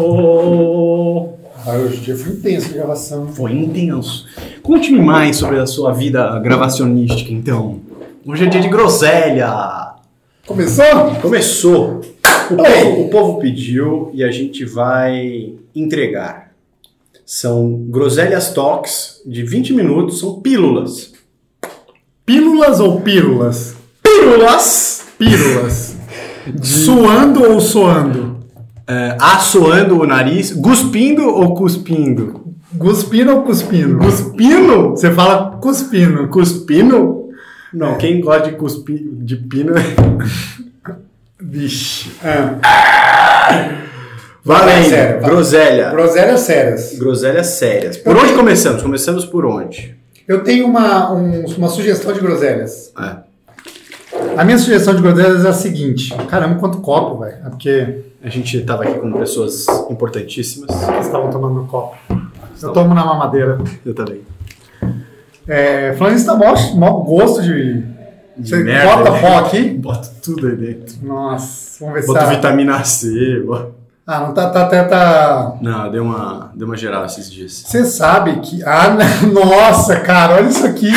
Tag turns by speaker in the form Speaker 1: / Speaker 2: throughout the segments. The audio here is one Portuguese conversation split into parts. Speaker 1: Testando!
Speaker 2: Ah, hoje o dia foi intenso a gravação.
Speaker 1: Foi intenso. Conte-me mais sobre a sua vida gravacionística, então. Hoje é dia de groselha!
Speaker 2: Começou?
Speaker 1: Começou! O
Speaker 2: Ei!
Speaker 1: povo, o povo pediu e a gente vai entregar. São groselhas talks de 20 minutos, são pílulas.
Speaker 2: Pílulas ou pílulas?
Speaker 1: Pílulas!
Speaker 2: Pílulas. Suando ou soando?
Speaker 1: É, assoando o nariz, cuspindo ou cuspindo?
Speaker 2: Guspino ou cuspino?
Speaker 1: Cuspino?
Speaker 2: Você fala cuspino.
Speaker 1: Cuspino? Não, quem gosta de cuspir de pino
Speaker 2: Vixe. Ah,
Speaker 1: Valendo,
Speaker 2: Vai, sério, vai.
Speaker 1: groselha.
Speaker 2: groselhas sérias.
Speaker 1: Groselhas sérias. Por onde começamos? Começamos por onde?
Speaker 2: Eu tenho uma, um- uma sugestão de groselhas.
Speaker 1: É.
Speaker 2: A minha sugestão de groselhas é a seguinte. Caramba, quanto copo, velho. É porque
Speaker 1: A gente tava aqui com pessoas importantíssimas.
Speaker 2: vocês estavam tomando um copo. Eu tomo na mamadeira.
Speaker 1: Eu também.
Speaker 2: É, falando isso, tá mó, mó gosto de...
Speaker 1: De
Speaker 2: Você
Speaker 1: merda,
Speaker 2: bota
Speaker 1: né?
Speaker 2: pó aqui?
Speaker 1: Bota tudo aí dentro.
Speaker 2: Nossa, vamos ver se
Speaker 1: Bota
Speaker 2: tá-
Speaker 1: vitamina C. bota-
Speaker 2: Ah, não tá, tá, tá, tá...
Speaker 1: Não, deu uma, deu uma geral esses dias.
Speaker 2: Você sabe que... Ah, n- nossa, cara, olha isso aqui.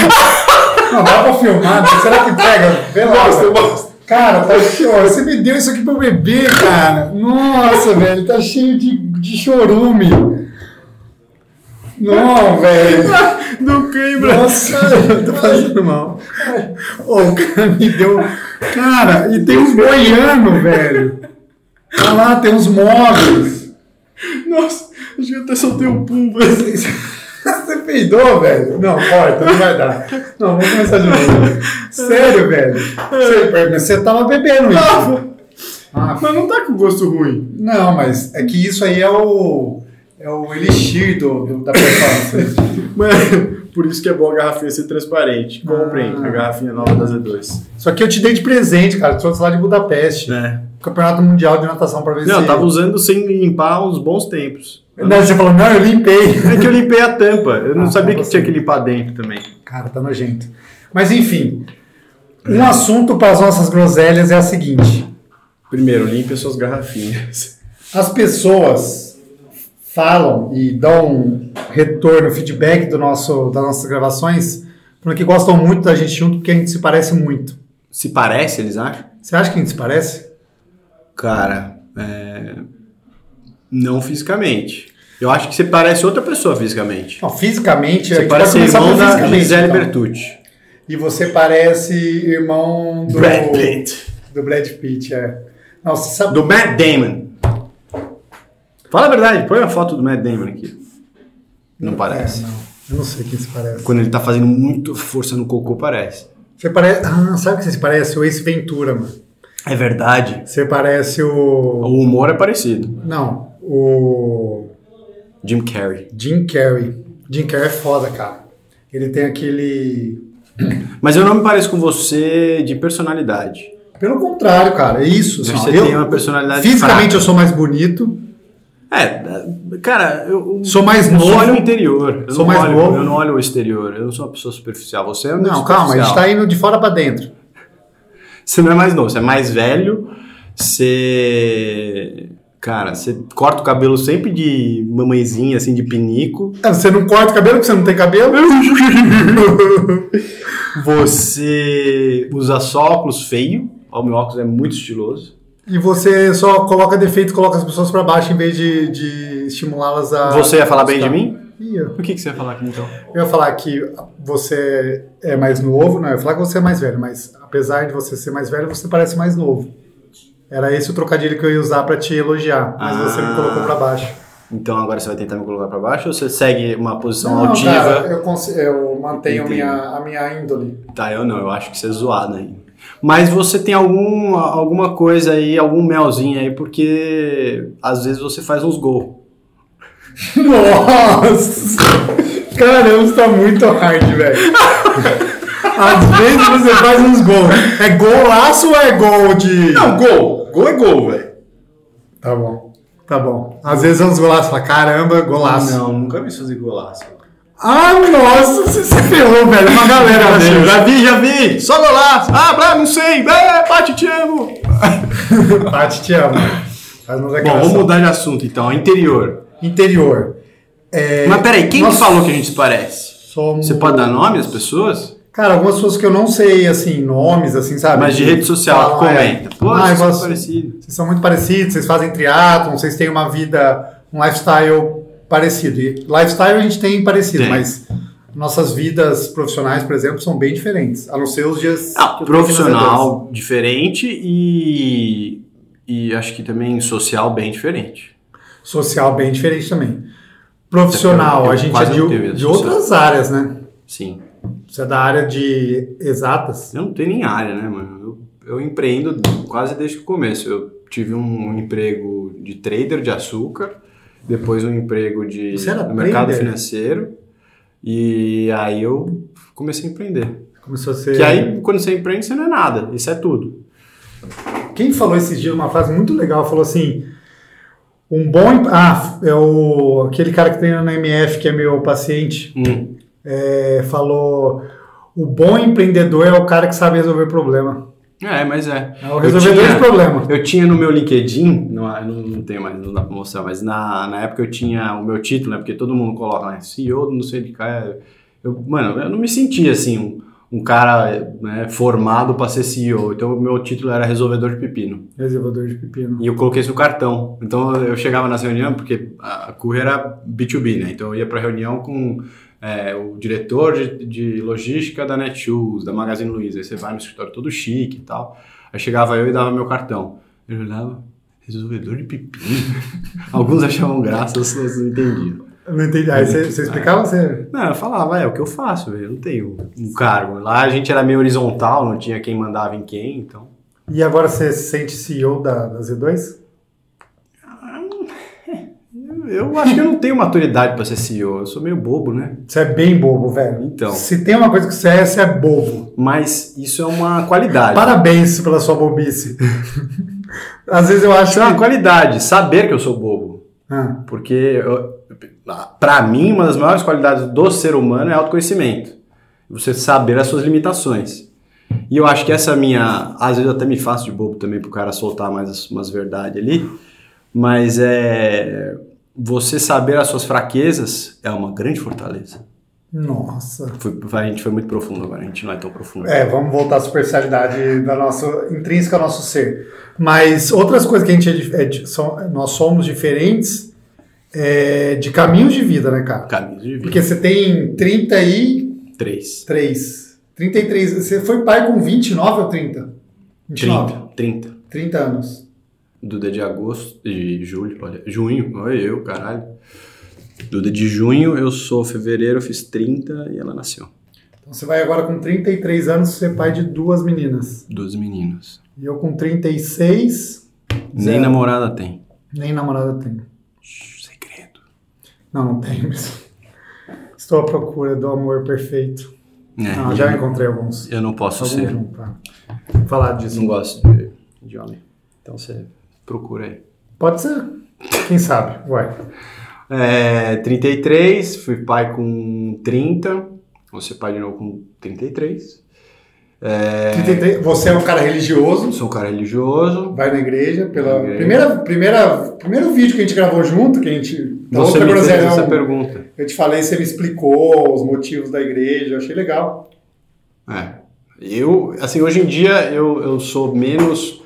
Speaker 2: Não dá pra filmar, né? será que pega? Vê lá,
Speaker 1: Mostra,
Speaker 2: cara. Cara, tá cheio, você me deu isso aqui pra eu beber, cara. Nossa, velho, tá cheio de, de chorume. Não, velho.
Speaker 1: Não quebra.
Speaker 2: Nossa, eu tô fazendo mal. Ô, o cara me deu. Cara, e tem um goiano, velho. Olha lá, tem uns móveis.
Speaker 1: Nossa, acho que eu até soltei um o pum. velho.
Speaker 2: Você peidou, velho? Não, corta, não vai dar. Não, vamos começar de novo. Sério, velho? Você, mas você tava bebendo isso.
Speaker 1: Tava.
Speaker 2: Ah,
Speaker 1: Mas não tá com gosto ruim.
Speaker 2: não, mas é que isso aí é o. É o elixir do, do- da performance.
Speaker 1: Mas, por isso que é bom a garrafinha ser transparente. Comprem
Speaker 2: Ah.
Speaker 1: a garrafinha nova da Z2.
Speaker 2: Isso aqui eu te dei de presente, cara. Tu trouxe lá de Budapeste.
Speaker 1: Né?
Speaker 2: Campeonato Mundial de Natação pra ver
Speaker 1: Não,
Speaker 2: se.
Speaker 1: eu tava usando sem limpar há uns bons tempos.
Speaker 2: Não, você falou, não, eu limpei.
Speaker 1: É que eu limpei a tampa. Eu não
Speaker 2: Ah,
Speaker 1: sabia que
Speaker 2: você.
Speaker 1: tinha que limpar dentro também.
Speaker 2: Cara, tá nojento. Mas enfim, um assunto para as nossas groselhas é a seguinte:
Speaker 1: Primeiro, limpe as suas garrafinhas.
Speaker 2: as pessoas falam e dão um retorno, feedback do nosso, das nossas gravações, falando que gostam muito da gente junto porque a gente se parece muito.
Speaker 1: Se parece, eles acham?
Speaker 2: Você acha que a gente se parece?
Speaker 1: Cara, é, não fisicamente. Eu acho que você parece outra pessoa fisicamente.
Speaker 2: Não, fisicamente, a
Speaker 1: Você
Speaker 2: gente
Speaker 1: parece
Speaker 2: pode começar
Speaker 1: irmão
Speaker 2: por
Speaker 1: da
Speaker 2: fisicamente,
Speaker 1: Gisele
Speaker 2: então.
Speaker 1: Bertucci.
Speaker 2: E você parece irmão do
Speaker 1: Brad Pitt.
Speaker 2: Do Brad Pitt, é. Não, você sabe.
Speaker 1: Do Matt Damon. Fala a verdade, põe a foto do Matt Damon aqui. Não
Speaker 2: É,
Speaker 1: parece.
Speaker 2: não. Eu não sei quem se parece.
Speaker 1: Quando ele tá fazendo muito força no cocô, parece.
Speaker 2: Você parece. Ah, sabe o que você se parece? O Ace Ventura, mano.
Speaker 1: É verdade.
Speaker 2: Você parece o.
Speaker 1: O humor é parecido.
Speaker 2: Não, o.
Speaker 1: Jim Carrey.
Speaker 2: Jim Carrey. Jim Carrey é foda, cara. Ele tem aquele.
Speaker 1: Mas eu não me pareço com você de personalidade.
Speaker 2: Pelo contrário, cara, é isso. assim,
Speaker 1: Você
Speaker 2: ó, eu-
Speaker 1: tem uma personalidade
Speaker 2: Fisicamente
Speaker 1: fraca.
Speaker 2: eu sou mais bonito,
Speaker 1: É, cara, eu, eu
Speaker 2: sou mais
Speaker 1: eu
Speaker 2: novo.
Speaker 1: olho o interior. Eu
Speaker 2: Sou
Speaker 1: não
Speaker 2: mais
Speaker 1: olho,
Speaker 2: novo.
Speaker 1: Eu não olho o exterior. Eu não sou uma pessoa superficial. Você é um
Speaker 2: Não, calma, a gente
Speaker 1: superficial.
Speaker 2: tá indo de fora pra dentro.
Speaker 1: Você não é mais novo, você é mais velho. Você. Cara, você corta o cabelo sempre de mamãezinha, assim, de pinico.
Speaker 2: Ah, Você não corta o cabelo porque você não tem cabelo?
Speaker 1: Você usa só óculos feio. Ó, meu óculos é muito estiloso.
Speaker 2: E você só coloca defeito, coloca as pessoas pra baixo em vez de, de estimulá-las a.
Speaker 1: Você ia falar bem
Speaker 2: tá.
Speaker 1: de mim?
Speaker 2: Ia.
Speaker 1: O que, que você ia falar aqui então?
Speaker 2: Eu ia falar que você é mais novo, não, eu ia falar que você é mais velho, mas apesar de você ser mais velho, você parece mais novo. Era esse o trocadilho que eu ia usar pra te elogiar, mas você me
Speaker 1: Ah.
Speaker 2: colocou pra baixo.
Speaker 1: Então agora você vai tentar me colocar pra baixo ou você segue uma posição
Speaker 2: Não,
Speaker 1: altiva?
Speaker 2: cara, eu, cons- eu mantenho
Speaker 1: Entendi.
Speaker 2: minha, a minha índole.
Speaker 1: Tá, eu não, eu acho que você é zoado aí. Mas você tem algum, alguma coisa aí, algum melzinho aí, porque às vezes você faz uns gols.
Speaker 2: Nossa! Caramba, você tá muito hard, velho. Às vezes você faz uns gols. É golaço ou é gol de.
Speaker 1: gol! Gol é gol, velho.
Speaker 2: Tá bom. Tá bom. Às vezes é uns golaços, fala, caramba, golaço.
Speaker 1: Ah, Não, nunca me fazer golaço.
Speaker 2: Ah, nossa, você se ferrou, velho. Uma galera vai chegar.
Speaker 1: já vi, já vi! Só
Speaker 2: assim.
Speaker 1: golaço! Ah, bravo, não sei! É, Pati, te amo!
Speaker 2: Pati, né? te amo. Faz uma
Speaker 1: Bom,
Speaker 2: declaração.
Speaker 1: vamos mudar de assunto então. Interior.
Speaker 2: Interior. É,
Speaker 1: Mas peraí, quem
Speaker 2: nós
Speaker 1: que falou que a gente se parece?
Speaker 2: somos-
Speaker 1: Você pode dar nome às pessoas?
Speaker 2: um- Cara, algumas pessoas que eu não sei, assim, nomes, assim, sabe?
Speaker 1: Mas de rede social,
Speaker 2: Falam, é,
Speaker 1: comenta. Pô,
Speaker 2: Ah,
Speaker 1: vocês são
Speaker 2: eu gosto-
Speaker 1: parecidos.
Speaker 2: Vocês são muito parecidos, vocês fazem triatlon, vocês têm uma vida, um lifestyle parecido. E lifestyle a gente tem parecido,
Speaker 1: Tem.
Speaker 2: mas nossas vidas profissionais, por exemplo, são bem diferentes. A não ser os dias.
Speaker 1: Ah,
Speaker 2: que eu tô aqui nas redes.
Speaker 1: profissional diferente e, e acho que também social bem diferente.
Speaker 2: Social bem diferente também. Profissional,
Speaker 1: Eu- eu
Speaker 2: a gente é
Speaker 1: quase não
Speaker 2: de,
Speaker 1: tenho vida
Speaker 2: de
Speaker 1: social.
Speaker 2: outras áreas, né?
Speaker 1: Sim.
Speaker 2: Você é da área de exatas.
Speaker 1: Eu não tenho nem área, né, mano? Eu, eu empreendo quase desde o começo. Eu tive um emprego de trader de açúcar, depois um emprego de
Speaker 2: Você era
Speaker 1: no mercado
Speaker 2: trader?
Speaker 1: financeiro e aí eu comecei a empreender.
Speaker 2: Começou a ser.
Speaker 1: Que aí quando você empreende você não é nada, isso é tudo.
Speaker 2: Quem falou esses dias uma frase muito legal, falou assim: um bom. em- Ah, é o aquele cara que treina na MF, que é meu paciente,
Speaker 1: Hum.
Speaker 2: é, falou: o bom empreendedor é o cara que sabe resolver problema.
Speaker 1: É, mas é.
Speaker 2: É o
Speaker 1: Eu
Speaker 2: resolvedor
Speaker 1: tinha-
Speaker 2: de problema.
Speaker 1: Eu tinha no meu LinkedIn, não, eu não não tenho mais, não dá pra mostrar, mas na, na época eu tinha o meu título, né? Porque todo mundo coloca, né? CEO, do não sei de cara. é. Eu, mano, eu não me sentia assim, um, um cara né, formado pra ser CEO. Então o meu título era resolvedor de pepino.
Speaker 2: Resolvedor de pepino.
Speaker 1: E eu coloquei isso no cartão. Então eu chegava na reunião, porque a Curra era B2B, né? Então eu ia pra reunião com é, o diretor de, de logística da Netshoes, da Magazine Luiza. Aí você vai no escritório todo chique e tal. Aí chegava eu e dava meu cartão. Ele olhava, resolvedor de pepino. Alguns achavam graça, outros não entendiam.
Speaker 2: Eu não entendi. Aí você, você explicava? Você...
Speaker 1: Não, eu falava, é, é o que eu faço, velho. eu não tenho um cargo. Lá a gente era meio horizontal, não tinha quem mandava em quem, então...
Speaker 2: E agora você se sente CEO da, da Z2?
Speaker 1: Eu acho que eu não tenho maturidade pra ser CEO, eu sou meio bobo, né?
Speaker 2: Você é bem bobo, velho.
Speaker 1: Então.
Speaker 2: Se tem uma coisa que você é, você é bobo.
Speaker 1: Mas isso é uma qualidade.
Speaker 2: Parabéns pela sua bobice. Às vezes eu acho
Speaker 1: Isso é uma
Speaker 2: que.
Speaker 1: qualidade, saber que eu sou bobo.
Speaker 2: Ah,
Speaker 1: Porque, eu- ah, pra mim, uma das maiores qualidades do ser humano é autoconhecimento. Você saber as suas limitações. E eu acho que essa minha. Às vezes eu até me faço de bobo também pro cara soltar mais as- umas verdades ali. Mas é. Você saber as suas fraquezas é uma grande fortaleza.
Speaker 2: nossa.
Speaker 1: Foi- a gente foi muito profundo agora, a gente não é tão profundo.
Speaker 2: É, vamos voltar à superficialidade da nossa intrínseca ao nosso ser. Mas outras coisas que a gente é dif- é di- são- nós somos diferentes é de caminhos de vida, né, cara?
Speaker 1: Caminhos de vida.
Speaker 2: Porque você tem 33,
Speaker 1: Três.
Speaker 2: 33, você foi pai com 29 ou 30? 29,
Speaker 1: 30. 30.
Speaker 2: 30 anos.
Speaker 1: Duda de agosto, de julho, olha, junho, olha eu, caralho. Duda de junho, eu sou fevereiro, eu fiz 30 e ela nasceu.
Speaker 2: Então você vai agora com 33 anos ser pai de duas meninas.
Speaker 1: Dois meninos.
Speaker 2: E eu com 36,
Speaker 1: Nem
Speaker 2: Zero.
Speaker 1: namorada tem.
Speaker 2: nem namorada tenho.
Speaker 1: Shhh, Segredo.
Speaker 2: Não, não tenho mesmo. Estou à procura do amor perfeito.
Speaker 1: É,
Speaker 2: Ah,
Speaker 1: eu-
Speaker 2: já encontrei alguns.
Speaker 1: Eu não posso
Speaker 2: Algum assim?
Speaker 1: ser.
Speaker 2: junto, tá. Falar disso.
Speaker 1: Não gosto de, de homem. Então você procura aí.
Speaker 2: Pode ser. Quem sabe? Ué.
Speaker 1: É, 33, fui pai com 30. Vou ser pai de novo com 33.
Speaker 2: 33 Você é um cara religioso,
Speaker 1: Sou um cara religioso.
Speaker 2: vai na igreja. Pela
Speaker 1: Igreja.
Speaker 2: Primeira, primeira, primeiro vídeo que a gente gravou junto, que a gente. da
Speaker 1: Você me fez
Speaker 2: groselha,
Speaker 1: essa
Speaker 2: eu-
Speaker 1: pergunta.
Speaker 2: Eu te falei, você me explicou os motivos da igreja, eu achei legal.
Speaker 1: É. Eu, assim, hoje em dia eu, eu sou menos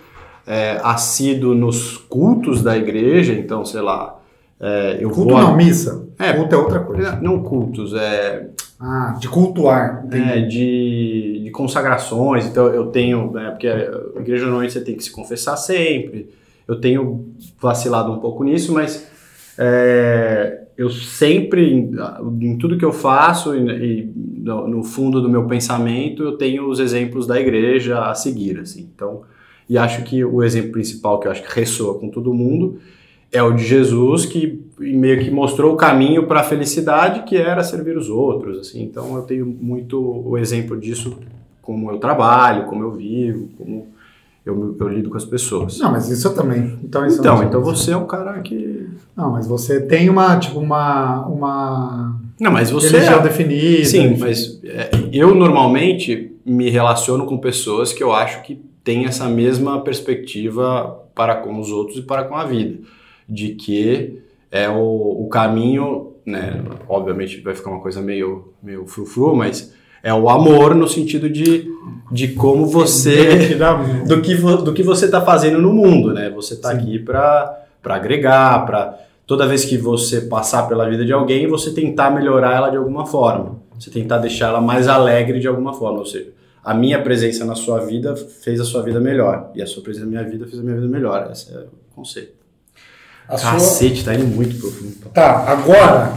Speaker 1: é, assíduo nos cultos da igreja, então, sei lá, é, eu
Speaker 2: Culto
Speaker 1: vou... a-
Speaker 2: não, missa.
Speaker 1: É.
Speaker 2: Culto é outra coisa.
Speaker 1: Não cultos, é,
Speaker 2: Ah, de cultuar. Entendi.
Speaker 1: é, de, de consagrações, então eu tenho, né, porque a igreja normalmente você tem que se confessar sempre, eu tenho vacilado um pouco nisso, mas é, eu sempre, em, em tudo que eu faço e, e no, no fundo do meu pensamento, eu tenho os exemplos da igreja a seguir, assim, então, e acho que o exemplo principal que eu acho que ressoa com todo mundo é o de Jesus que meio que mostrou o caminho para a felicidade que era servir os outros assim então eu tenho muito o exemplo disso como eu trabalho como eu vivo como eu, eu lido com as pessoas
Speaker 2: Não, mas isso eu também. Então, isso
Speaker 1: então
Speaker 2: não-
Speaker 1: então você é um cara que
Speaker 2: Não, mas você tem uma, tipo, uma, uma
Speaker 1: não mas você
Speaker 2: religião
Speaker 1: é...
Speaker 2: definida.
Speaker 1: sim mas é, eu normalmente me relaciono com pessoas que eu acho que tem essa mesma perspectiva para com os outros e para com a vida, de que é o, o caminho, né, obviamente vai ficar uma coisa meio, meio frufru, mas é o amor no sentido de, de como
Speaker 2: É,
Speaker 1: você.
Speaker 2: um-
Speaker 1: Do que, vo- do que você está fazendo no mundo, né? Você está aqui para agregar, para. Toda vez que você passar pela vida de alguém, você tentar melhorar ela de alguma forma. Você tentar deixar ela mais alegre de alguma forma. Ou seja, a minha presença na sua vida fez a sua vida melhor. E a sua presença na minha vida fez a minha vida melhor. Esse é o conceito.
Speaker 2: A sua-
Speaker 1: Cacete, tá indo muito profundo.
Speaker 2: Tá, agora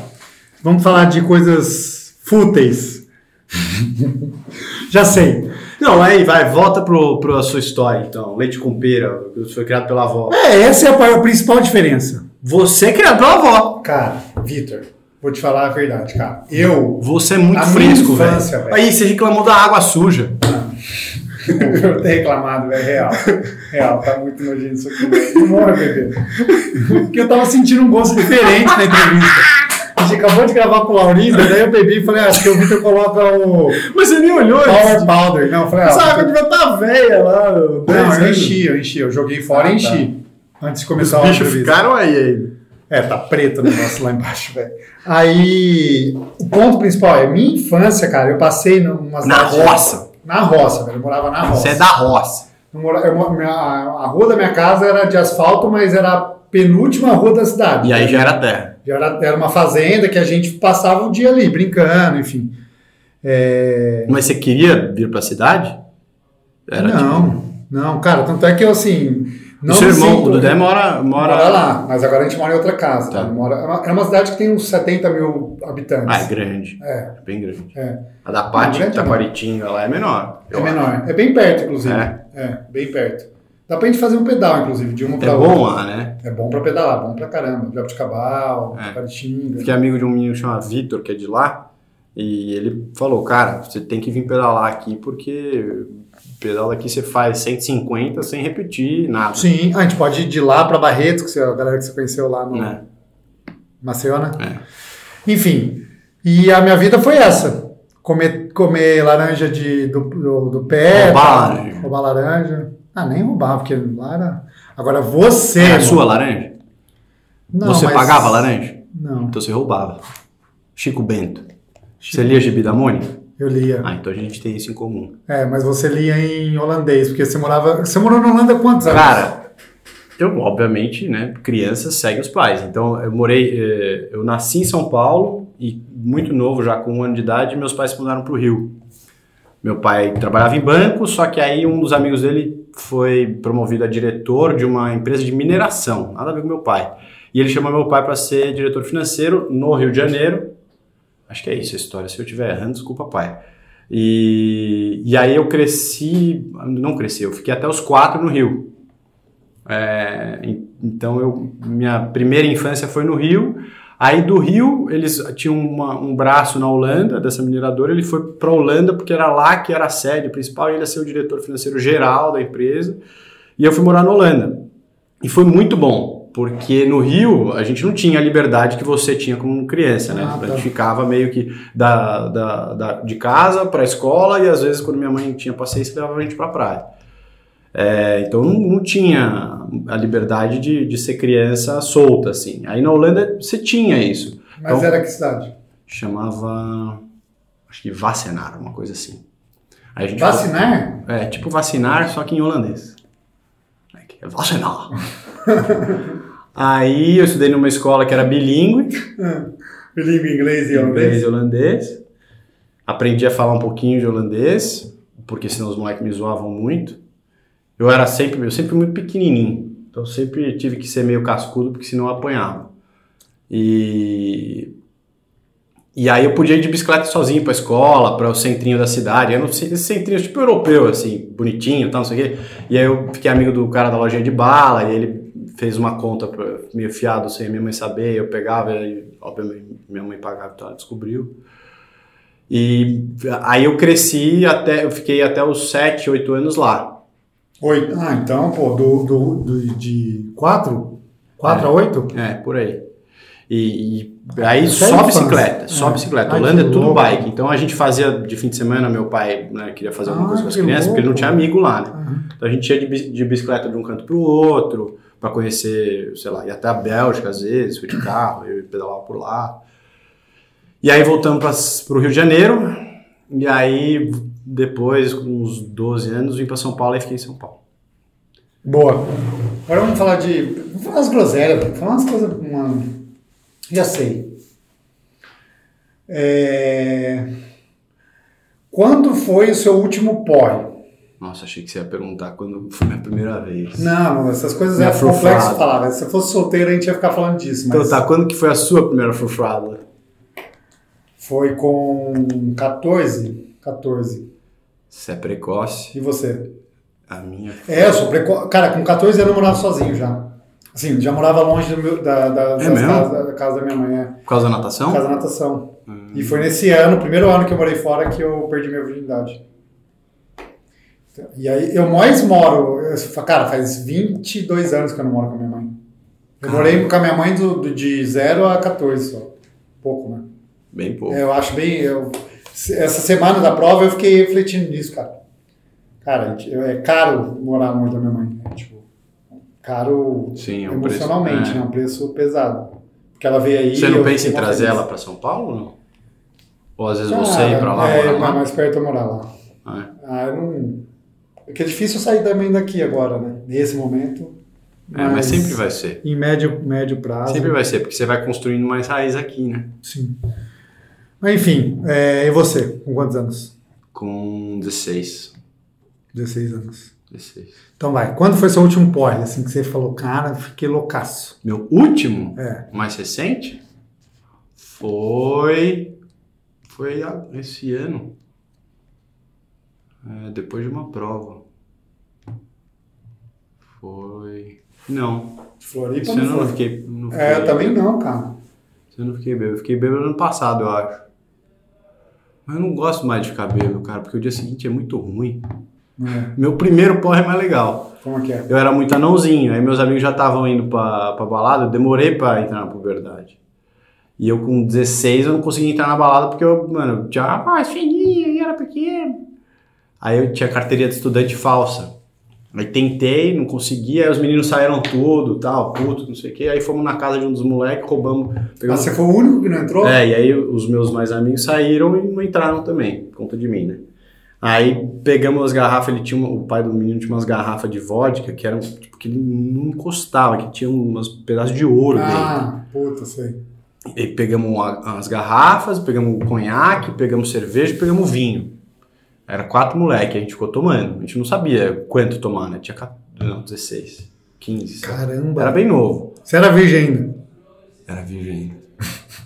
Speaker 2: vamos falar de coisas fúteis. Já sei.
Speaker 1: Não, aí vai, volta pro, pro a sua história, então. Leite com pera, foi criado pela avó.
Speaker 2: É, essa é a pa- a principal diferença.
Speaker 1: Você é criado pela avó.
Speaker 2: Cara, Vitor, vou te falar a verdade, cara. Eu.
Speaker 1: Você é muito
Speaker 2: A minha
Speaker 1: fresco,
Speaker 2: infância,
Speaker 1: velho.
Speaker 2: velho.
Speaker 1: Aí você reclamou da água suja.
Speaker 2: eu tenho reclamado, é real. Real, tá muito nojento isso aqui. velho. Não mora, bebê. Porque eu tava sentindo um gosto diferente na entrevista. A gente acabou de gravar com o Laurinda, daí eu bebi e falei, ah, acho que o Vitor coloca o
Speaker 1: Mas você nem olhou
Speaker 2: Power Powder. Não, eu falei, ah,
Speaker 1: Essa água devia estar velha lá.
Speaker 2: Não, eu enchi, eu enchi. Eu joguei fora
Speaker 1: Ah,
Speaker 2: e enchi. Antes de começar a
Speaker 1: Os bichos
Speaker 2: entrevista.
Speaker 1: ficaram aí ainda.
Speaker 2: É, tá preto o negócio lá embaixo, velho. Aí, o ponto principal é, minha infância, cara, eu passei numa
Speaker 1: Na roça.
Speaker 2: Na roça, velho. Eu morava na roça.
Speaker 1: Você é da roça.
Speaker 2: Eu mora- eu mo- minha- a, a rua da minha casa era de asfalto, mas era a penúltima rua da cidade.
Speaker 1: E aí já era terra.
Speaker 2: Já Era, era uma fazenda que a gente passava o dia ali, brincando, enfim. É,
Speaker 1: Mas você queria vir pra cidade? Era
Speaker 2: não,
Speaker 1: tipo-
Speaker 2: não, cara, tanto é que eu, assim... Não
Speaker 1: o seu
Speaker 2: me
Speaker 1: irmão,
Speaker 2: sinto-
Speaker 1: o Dudé, mora, mora...
Speaker 2: Mora lá, mas agora a gente mora em outra casa.
Speaker 1: Tá.
Speaker 2: né? Mora, é, uma, é uma cidade que tem uns 70 mil habitantes.
Speaker 1: Ah, é grande.
Speaker 2: É,
Speaker 1: É bem grande.
Speaker 2: É.
Speaker 1: A da Pati,
Speaker 2: grande não.
Speaker 1: Taparitinga, lá é menor.
Speaker 2: é menor. É bem perto, inclusive.
Speaker 1: É.
Speaker 2: É. bem perto. Dá pra gente fazer um pedal, inclusive, de uma
Speaker 1: É
Speaker 2: pra
Speaker 1: bom
Speaker 2: outra.
Speaker 1: lá, né?
Speaker 2: É bom pra pedalar, bom pra caramba. Jabuticabal,
Speaker 1: É.
Speaker 2: Caritinga.
Speaker 1: Fiquei amigo de um menino que chama Vitor, que é de lá, e ele falou, cara, você tem que vir pedalar aqui, porque pedala aqui você faz 150 sem repetir nada.
Speaker 2: Sim, a gente pode ir de lá pra Barretos, que você- a galera que você conheceu lá no
Speaker 1: Né?
Speaker 2: Maceió, né?
Speaker 1: É.
Speaker 2: Enfim, e a minha vida foi essa. Comer, comer laranja de, do, do, do pé.
Speaker 1: Roubar
Speaker 2: tá?
Speaker 1: laranja.
Speaker 2: Roubar laranja. Ah, nem roubar, porque lá era... Agora você...
Speaker 1: É a
Speaker 2: mano,
Speaker 1: sua laranja?
Speaker 2: Não,
Speaker 1: você
Speaker 2: mas-
Speaker 1: pagava né? laranja?
Speaker 2: Não.
Speaker 1: Então você roubava. Chico Bento. Você lia Gibi da Mônica?
Speaker 2: Eu lia.
Speaker 1: Ah, então a gente tem isso em comum.
Speaker 2: É, mas você lia em holandês, porque você morava. Você morou na Holanda quantos
Speaker 1: Ah,
Speaker 2: anos?
Speaker 1: Cara, eu, obviamente, né, criança segue os pais. Então, eu morei, eh, eu nasci em São Paulo e muito novo, já com um ano de idade, meus pais se mudaram para o Rio. Meu pai trabalhava em banco, só que aí um dos amigos dele foi promovido a diretor de uma empresa de mineração, nada a ver com meu pai. E ele chamou meu pai para ser diretor financeiro no Rio de Janeiro. Acho que é isso a história, se eu estiver errando, desculpa, pai. E, e aí eu cresci, não cresci, eu fiquei até os quatro no Rio. É, en- então eu minha primeira infância foi no Rio. Aí do Rio eles tinham uma- um braço na Holanda dessa mineradora. Ele foi para Holanda porque era lá que era a sede principal. E ele ia ser o diretor financeiro geral da empresa. E eu fui morar na Holanda e foi muito bom porque no Rio a gente não tinha a liberdade que você tinha como criança, né?
Speaker 2: Ah, tá.
Speaker 1: A gente ficava meio que da, da- da- de casa para a escola e às vezes quando minha mãe tinha paciência levava a gente para praia. É, então não, não tinha a liberdade de, de ser criança solta, assim. Aí na Holanda você tinha isso.
Speaker 2: Mas
Speaker 1: então-
Speaker 2: era que cidade?
Speaker 1: Chamava. Acho que vacinar, uma coisa assim. Aí a gente
Speaker 2: Vacinar?
Speaker 1: É, tipo vacinar, só que em holandês. É que é vacinar. Aí eu estudei numa escola que era bilíngue
Speaker 2: Língua inglês e holandês.
Speaker 1: inglês e holandês. Aprendi a falar um pouquinho de holandês, porque senão os moleques me zoavam muito. Eu era sempre, eu sempre muito pequenininho, então eu sempre tive que ser meio cascudo, porque senão eu apanhava. E e aí eu podia ir de bicicleta sozinho pra escola, para o centrinho da cidade. Eu não sei, esse centrinho tipo europeu, assim, bonitinho, tal, não sei o quê. E aí eu fiquei amigo do cara da lojinha de bala, e ele fez uma conta pra- meio fiado, sem minha mãe saber, eu pegava, e obviamente minha mãe pagava, então ela descobriu. E aí eu cresci até, eu fiquei até os 7, 8 anos lá.
Speaker 2: Oito. Ah, então, pô, do, do, do- de quatro? Quatro a oito?
Speaker 1: É, por aí. E, e aí só bicicleta, só
Speaker 2: É.
Speaker 1: bicicleta.
Speaker 2: Ai,
Speaker 1: Holanda é
Speaker 2: que
Speaker 1: tudo
Speaker 2: louco.
Speaker 1: bike. Então a gente fazia de fim de semana, meu pai né, queria fazer alguma
Speaker 2: Ah,
Speaker 1: coisa com as
Speaker 2: que
Speaker 1: crianças, porque ele não
Speaker 2: louco.
Speaker 1: tinha amigo lá, né?
Speaker 2: Aham.
Speaker 1: Então a gente ia de, bi- de bicicleta de um canto pro outro, para conhecer, sei lá, ia até a Bélgica às vezes, fui de carro, eu pedalava por lá. E aí voltamos para o Rio de Janeiro, e aí depois, com uns 12 anos, vim para São Paulo e fiquei em São Paulo.
Speaker 2: Boa. Agora vamos falar de. Vamos falar umas groselhas, velho. falar umas coisas. Uma... Já sei. É, Quando foi o seu último porre?
Speaker 1: Nossa, achei que você ia perguntar quando foi minha primeira vez.
Speaker 2: Não, essas coisas
Speaker 1: Minha
Speaker 2: é complexo
Speaker 1: frufrada.
Speaker 2: de falar. velho. Se eu fosse solteiro, a gente ia ficar falando disso. Mas
Speaker 1: Então tá, quando que foi a sua primeira fofrada?
Speaker 2: Foi com 14? 14.
Speaker 1: Você é precoce.
Speaker 2: E você?
Speaker 1: A minha
Speaker 2: É, eu sou preco... Cara, com 14 anos eu morava sozinho já. Assim, já morava longe do meu- da, da, das
Speaker 1: É mesmo?
Speaker 2: casas- da casa da minha mãe. É.
Speaker 1: Por causa da natação?
Speaker 2: Casa da natação.
Speaker 1: Hum.
Speaker 2: E foi nesse ano, primeiro ano que eu morei fora, que eu perdi minha virgindade. Então, E aí, eu mais moro, eu fa- cara, faz 22 anos que eu não moro com a minha mãe. Eu
Speaker 1: Caramba.
Speaker 2: morei com a minha mãe do, do- de 0 a 14 só. Pouco, né?
Speaker 1: Bem pouco.
Speaker 2: Eu acho bem. Eu, se- essa semana da prova eu fiquei refletindo nisso, cara. Cara, eu- é caro morar longe da minha mãe. né? Tipo, caro
Speaker 1: Sim, é um preço.
Speaker 2: emocionalmente,
Speaker 1: é.
Speaker 2: né? Um preço pesado. Porque ela veio aí.
Speaker 1: Você não
Speaker 2: eu
Speaker 1: pensa em
Speaker 2: fiquei mó
Speaker 1: trazer
Speaker 2: feliz.
Speaker 1: ela pra São Paulo ou não? Ou às vezes
Speaker 2: Ah,
Speaker 1: você ir pra lá,
Speaker 2: é,
Speaker 1: morar
Speaker 2: mas
Speaker 1: lá?
Speaker 2: mais perto eu morar lá.
Speaker 1: Ah,
Speaker 2: Ah, eu não... É que é difícil eu sair também daqui agora, né? Nesse momento.
Speaker 1: é. É, mas sempre vai ser.
Speaker 2: Em médio, médio prazo.
Speaker 1: Sempre vai ser, porque você vai construindo mais raiz aqui, né?
Speaker 2: Sim. Mas enfim, é, e você? Com quantos anos?
Speaker 1: Com 16.
Speaker 2: 16 anos.
Speaker 1: 16.
Speaker 2: Então vai, quando foi seu último porre, assim, que você falou, cara, fiquei loucaço.
Speaker 1: Meu último,
Speaker 2: É.
Speaker 1: mais recente, foi. Foi a- esse ano. É, depois de uma prova. Foi. Não,
Speaker 2: Floripa
Speaker 1: Esse ano eu não fiquei. Não fiquei
Speaker 2: É, eu também não, cara.
Speaker 1: Esse ano eu não fiquei bêbado. Eu fiquei bêbado ano passado, eu acho. Mas eu não gosto mais de ficar bêbado, cara, porque o dia seguinte é muito ruim.
Speaker 2: Não é.
Speaker 1: Meu primeiro porre é mais legal.
Speaker 2: Como é que é?
Speaker 1: Eu era muito anãozinho, aí meus amigos já estavam indo pra, pra balada, eu demorei pra entrar na puberdade. E eu com 16 eu não conseguia entrar na balada porque eu, mano, tinha uma voz fininha e era pequeno. Aí eu tinha carteirinha de estudante falsa. Aí tentei, não consegui, aí os meninos saíram tudo, tal, puto, não sei o quê. Aí fomos na casa de um dos moleques, roubamos,
Speaker 2: Ah,
Speaker 1: pegamos
Speaker 2: você foi o único que não entrou?
Speaker 1: é, e aí os meus mais amigos saíram e não entraram também, por conta de mim, né? Aí pegamos as garrafas, ele tinha uma- o pai do menino tinha umas garrafas de vodka que eram tipo, que ele não encostava, que tinha umas pedaços de ouro
Speaker 2: ah, puta, sei.
Speaker 1: dentro. E pegamos a- as garrafas, pegamos o conhaque, pegamos cerveja, e pegamos vinho. Era quatro moleque, a gente ficou tomando. A gente não sabia quanto tomar, né? Tinha ca- não, 16, 15. sei lá.
Speaker 2: Caramba.
Speaker 1: Era bem novo.
Speaker 2: Você era virgem ainda.
Speaker 1: Era virgem.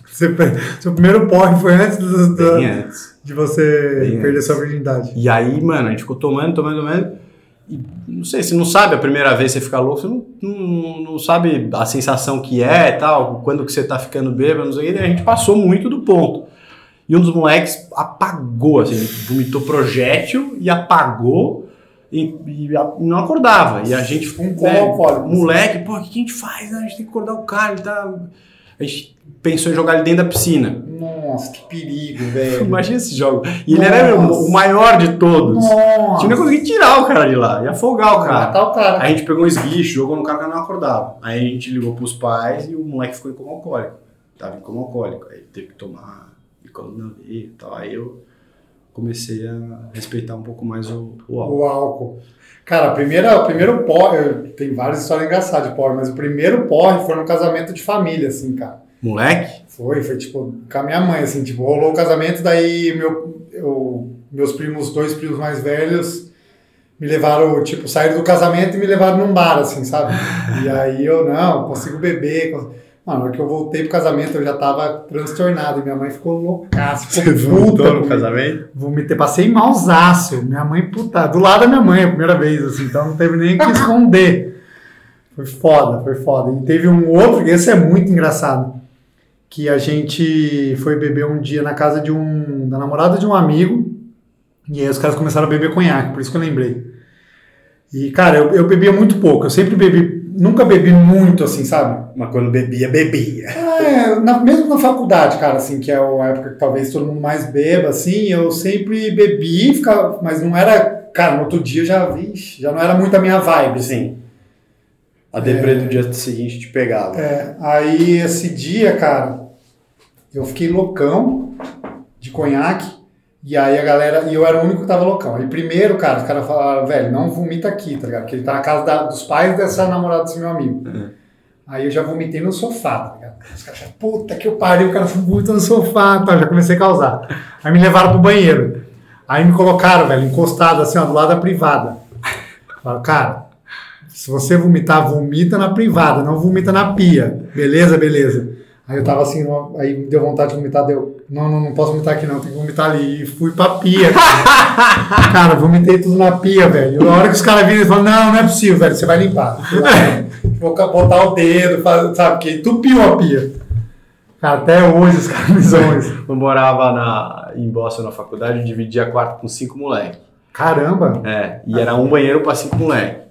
Speaker 2: Você, seu primeiro porre foi antes do, do-
Speaker 1: Bem antes.
Speaker 2: de você
Speaker 1: Bem
Speaker 2: perder
Speaker 1: antes.
Speaker 2: sua virgindade.
Speaker 1: E aí, mano, a gente ficou tomando, tomando, tomando. E não sei, você não sabe a primeira vez que você fica louco, você não, não, não sabe a sensação que é e tal, quando que você tá ficando bêbado, não sei o que. A gente passou muito do ponto. E um dos moleques apagou, assim, vomitou projétil e apagou e, e a- não acordava. E a gente
Speaker 2: Um
Speaker 1: né,
Speaker 2: copo,
Speaker 1: moleque, pô, o que a gente faz? né? A gente tem que acordar o cara, ele tá. A gente pensou em jogar ele dentro da piscina.
Speaker 2: Nossa, que perigo, velho.
Speaker 1: Imagina esse jogo. E ele era o
Speaker 2: É. Nossa.
Speaker 1: o maior de todos. A
Speaker 2: Nossa.
Speaker 1: gente não conseguia tirar o cara de lá, ia afogar o
Speaker 2: Vai
Speaker 1: cara.
Speaker 2: matar o cara.
Speaker 1: Aí a gente pegou um esguicho, jogou no cara que não acordava. Aí a gente ligou pros pais e o moleque ficou em coma alcoólico. Tava em coma alcoólico. Aí teve que tomar licor na veia e tal. Aí eu comecei a respeitar um pouco mais o, o álcool.
Speaker 2: O álcool. Cara, a primeira- o primeiro porre. Tem várias histórias engraçadas de porre, mas o primeiro porre foi num casamento de família, assim, cara.
Speaker 1: Moleque?
Speaker 2: Foi, foi tipo, com a minha mãe, assim, tipo, rolou o casamento, daí meu, eu- meus primos, dois primos mais velhos, me levaram, tipo, saíram do casamento e me levaram num bar, assim, sabe? E aí eu, não, consigo beber. cons- Mano, na hora que eu voltei pro casamento, eu já tava transtornado, e minha mãe ficou loucaça, ficou puta comigo.
Speaker 1: casamento?
Speaker 2: Vou me ter, passei malzaço. Minha mãe, puta, do lado da minha mãe a primeira vez, assim, então não teve nem o que esconder. Foi foda, foi foda. E teve um outro, que esse é muito engraçado, que a gente foi beber um dia na casa de um, da namorada de um amigo, e aí os caras começaram a beber conhaque, por isso que eu lembrei. E, cara, eu, eu bebia muito pouco, eu sempre bebi nunca bebi muito, assim, sabe?
Speaker 1: Mas quando bebia, bebia.
Speaker 2: É, na- mesmo na faculdade, cara, assim, que é a época que talvez todo mundo mais beba, assim, eu sempre bebi, ficava, mas não era. Cara, no outro dia eu já vi, já não era muito a minha vibe, assim.
Speaker 1: Sim. A deprê do dia seguinte te pegava.
Speaker 2: É, aí esse dia, cara, eu fiquei loucão de conhaque. E aí a galera. E eu era o único que tava loucão. E primeiro, cara, os caras falaram, velho, não vomita aqui, tá ligado? Porque ele tá na casa da- dos pais dessa namorada desse meu amigo. Aí eu já vomitei no sofá, tá ligado? Os caras falaram, puta que eu pariu, o cara vomita no sofá, tá? Já comecei a causar. Aí me levaram pro banheiro. Aí me colocaram, velho, encostado assim, ó, do lado da privada. Falaram, cara, se você vomitar, vomita na privada, não vomita na pia. Beleza, beleza. Aí eu tava assim, ó, aí me deu vontade de vomitar, deu. Não, não, não posso vomitar aqui não, tem que vomitar ali. E fui pra pia. Cara, Cara, vomitei tudo na pia, velho. Na hora que os caras viram, eles falam, não, não é possível, velho, você vai limpar. Eu falei, "Ah, Vou ca- botar o dedo, faz- sabe, que entupiu a pia. Cara, até hoje os caras me zoam isso.
Speaker 1: Eu morava na, em Boston na faculdade, eu dividia quarto com cinco moleques.
Speaker 2: Caramba!
Speaker 1: É, e era um banheiro pra cinco moleques.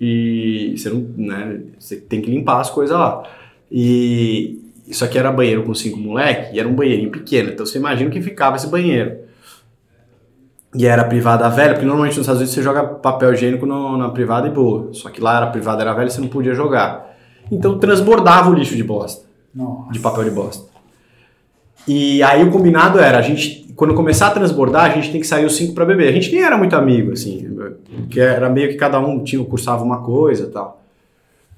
Speaker 1: E você não, né, você tem que limpar as coisas lá. E só que era banheiro com cinco moleques e era um banheirinho pequeno, então você imagina o que ficava esse banheiro. E era privada velha, porque normalmente nos Estados Unidos você joga papel higiênico no- na privada e boa. Só que lá era privada, era velha, você não podia jogar. Então transbordava o lixo de bosta
Speaker 2: Nossa.
Speaker 1: de papel de bosta. E aí o combinado era, a gente, quando começar a transbordar, a gente tem que sair os cinco para beber. A gente nem era muito amigo, assim, que era meio que cada um tinha cursava uma coisa e tal.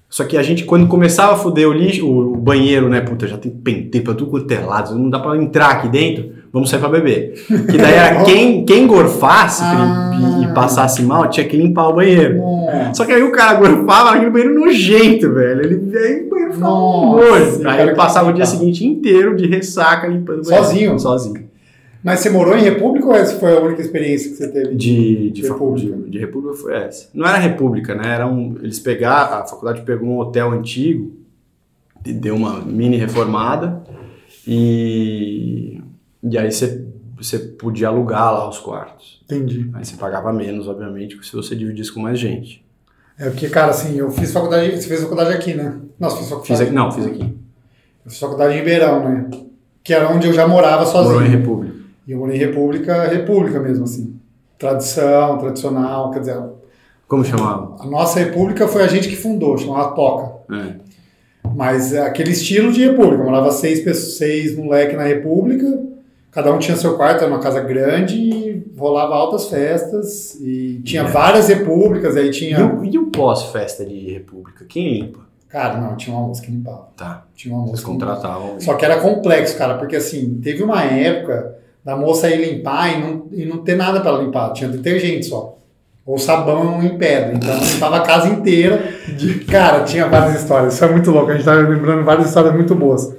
Speaker 1: Só que a gente, quando começava a foder o lixo, o banheiro, né, puta, já tem penteiro pra tudo quanto é lado, não dá pra entrar aqui dentro, vamos sair pra beber. Que daí era quem, quem gorfasse e, e passasse mal, tinha que limpar o banheiro.
Speaker 2: Nossa.
Speaker 1: Só que aí o cara gorfava naquele banheiro nojento, velho. Ele aí o banheiro ficava um
Speaker 2: Nossa,
Speaker 1: nojo.
Speaker 2: eu
Speaker 1: Aí
Speaker 2: quero
Speaker 1: ele passava o dia
Speaker 2: limpar.
Speaker 1: seguinte inteiro de ressaca limpando o banheiro.
Speaker 2: Sozinho?
Speaker 1: Sozinho.
Speaker 2: Mas você morou em República ou essa foi a única experiência que você teve?
Speaker 1: De, de
Speaker 2: República.
Speaker 1: República. De, de República foi essa. Não era República, né? Era um, eles pegaram, a faculdade pegou um hotel antigo, e deu uma mini reformada, e, e aí você, você podia alugar lá os quartos.
Speaker 2: Entendi.
Speaker 1: Aí você pagava menos, obviamente, se você dividisse com mais gente.
Speaker 2: É porque, cara, assim, eu fiz faculdade. Você fez faculdade aqui, né? Nossa, fiz faculdade.
Speaker 1: Fiz aqui, não, fiz aqui.
Speaker 2: Eu fiz faculdade em Ribeirão, né? Que era onde eu já morava sozinho.
Speaker 1: Morou em República.
Speaker 2: E eu morei em República, República mesmo, assim. Tradição, tradicional, quer dizer, a
Speaker 1: Como chamava?
Speaker 2: nossa República foi a gente que fundou, chamava Toca.
Speaker 1: É.
Speaker 2: Mas é aquele estilo de República, morava seis, pessoas, seis moleque na República, cada um tinha seu quarto, era uma casa grande, e rolava altas festas, e tinha
Speaker 1: É.
Speaker 2: várias repúblicas, aí
Speaker 1: E
Speaker 2: tinha...
Speaker 1: o, e o pós-festa de República? Quem limpa?
Speaker 2: Cara, não, tinha uma moça que limpava,
Speaker 1: Tá.
Speaker 2: tinha uma
Speaker 1: Vocês
Speaker 2: moça que limpava.
Speaker 1: contratavam.
Speaker 2: Só que era complexo, cara, porque assim, teve uma época da moça ir limpar e não, e não ter nada para limpar, tinha detergente só. Ou sabão em pedra. Então limpava a casa inteira. Cara, tinha várias histórias. Isso é muito louco. A gente tava lembrando várias histórias muito boas.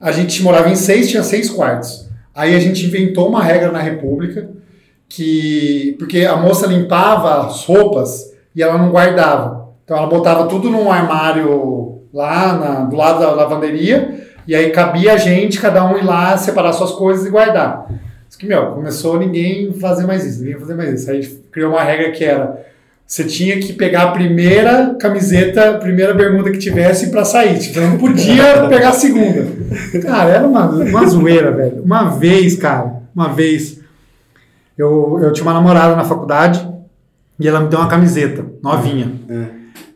Speaker 2: A gente morava em seis, tinha seis quartos. Aí a gente inventou uma regra na República que. Porque a moça limpava as roupas e ela não guardava. Então ela botava tudo num armário lá na- do lado da lavanderia. E aí cabia a gente, cada um ir lá separar suas coisas e guardar. Isso que, meu, começou ninguém fazer mais isso, ninguém fazer mais isso. Aí a gente criou uma regra que era: você tinha que pegar a primeira camiseta, a primeira bermuda que tivesse pra sair. Tipo, não podia pegar a segunda. Cara, era uma, uma zoeira, velho. Uma vez, cara, uma vez, eu, eu tinha uma namorada na faculdade e ela me deu uma camiseta novinha.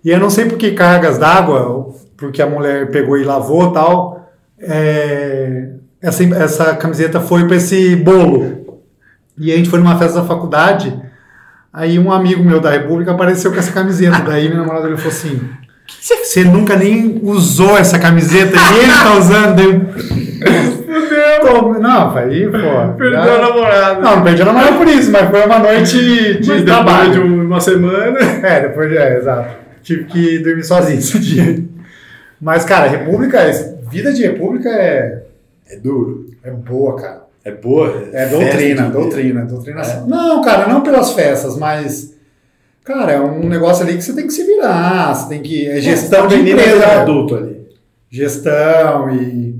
Speaker 2: E eu não sei por que cargas d'água, porque a mulher pegou e lavou e tal. é, essa, essa camiseta foi para esse bolo. E a gente foi numa festa da faculdade. Aí um amigo meu da República apareceu com essa camiseta. Daí minha namorada ele falou assim: Você nunca nem usou essa camiseta e ele tá usando. Daí eu, Tô- não, aí, pô. já-
Speaker 1: namorado.
Speaker 2: Não, não perdi a namorada por isso, mas foi uma noite de trabalho.
Speaker 1: uma semana.
Speaker 2: É, depois é, exato. Tive que dormir sozinho esse dia. Mas, cara, República, é- vida de República é,
Speaker 1: É duro.
Speaker 2: é boa, cara.
Speaker 1: É boa.
Speaker 2: É
Speaker 1: festa
Speaker 2: doutrina,
Speaker 1: de-
Speaker 2: doutrina, doutrinação. Não, cara, não pelas festas, mas. Cara, é um negócio ali que você tem que se virar, você tem que. É gestão de
Speaker 1: menino
Speaker 2: empresa.
Speaker 1: era
Speaker 2: né?
Speaker 1: é adulto ali.
Speaker 2: Gestão e,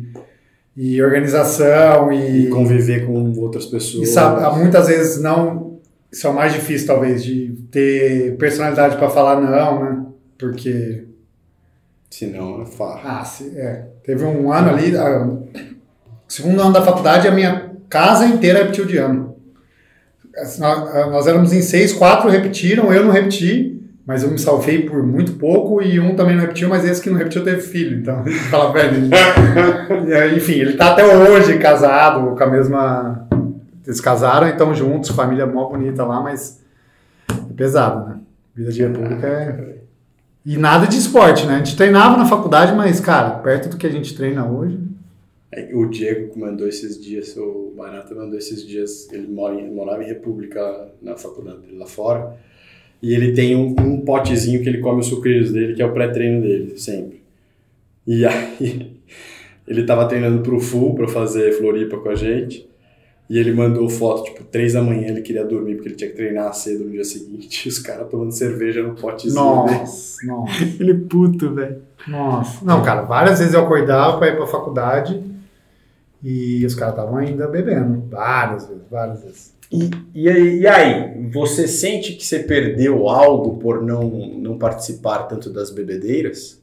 Speaker 2: e organização e.
Speaker 1: E conviver com outras pessoas.
Speaker 2: E sabe, há muitas vezes não. Isso é o mais difícil, talvez, de ter personalidade para falar não, né? Porque
Speaker 1: Se não, é farra.
Speaker 2: Ah, se- é. Teve um ano ali, ah, segundo ano da faculdade, a minha casa inteira repetiu de ano. As- nó- ah, Nós éramos em seis, quatro repetiram, eu não repeti, mas eu me salvei por muito pouco e um também não repetiu, mas esse que não repetiu teve filho, então a gente fala, velho. e aí, Enfim, ele tá até hoje casado com a mesma. Eles casaram e estão juntos, família mó bonita lá, mas é pesado, né? Vida de república é. E nada de esporte, né? A gente treinava na faculdade, mas, cara, perto do que a gente treina hoje.
Speaker 3: Aí O Diego que mandou esses dias, o Barata mandou esses dias, ele mora em, morava em República, na faculdade dele lá fora, e ele tem um, um potezinho que ele come os sucrilhos dele, que é o pré-treino dele, sempre. E aí, ele tava treinando pro full, pra fazer Floripa com a gente, e ele mandou foto, tipo, três da manhã, ele queria dormir, porque ele tinha que treinar cedo no dia seguinte, e os caras tomando cerveja no potezinho
Speaker 1: né?
Speaker 3: dele.
Speaker 2: Nossa, nossa,
Speaker 1: Ele é puto, velho.
Speaker 2: nossa. Não, cara, várias vezes eu acordava pra ir pra faculdade e os caras estavam ainda bebendo. Várias vezes, várias vezes.
Speaker 1: E, e, aí, e aí, você sente que você perdeu algo por não, não participar tanto das bebedeiras?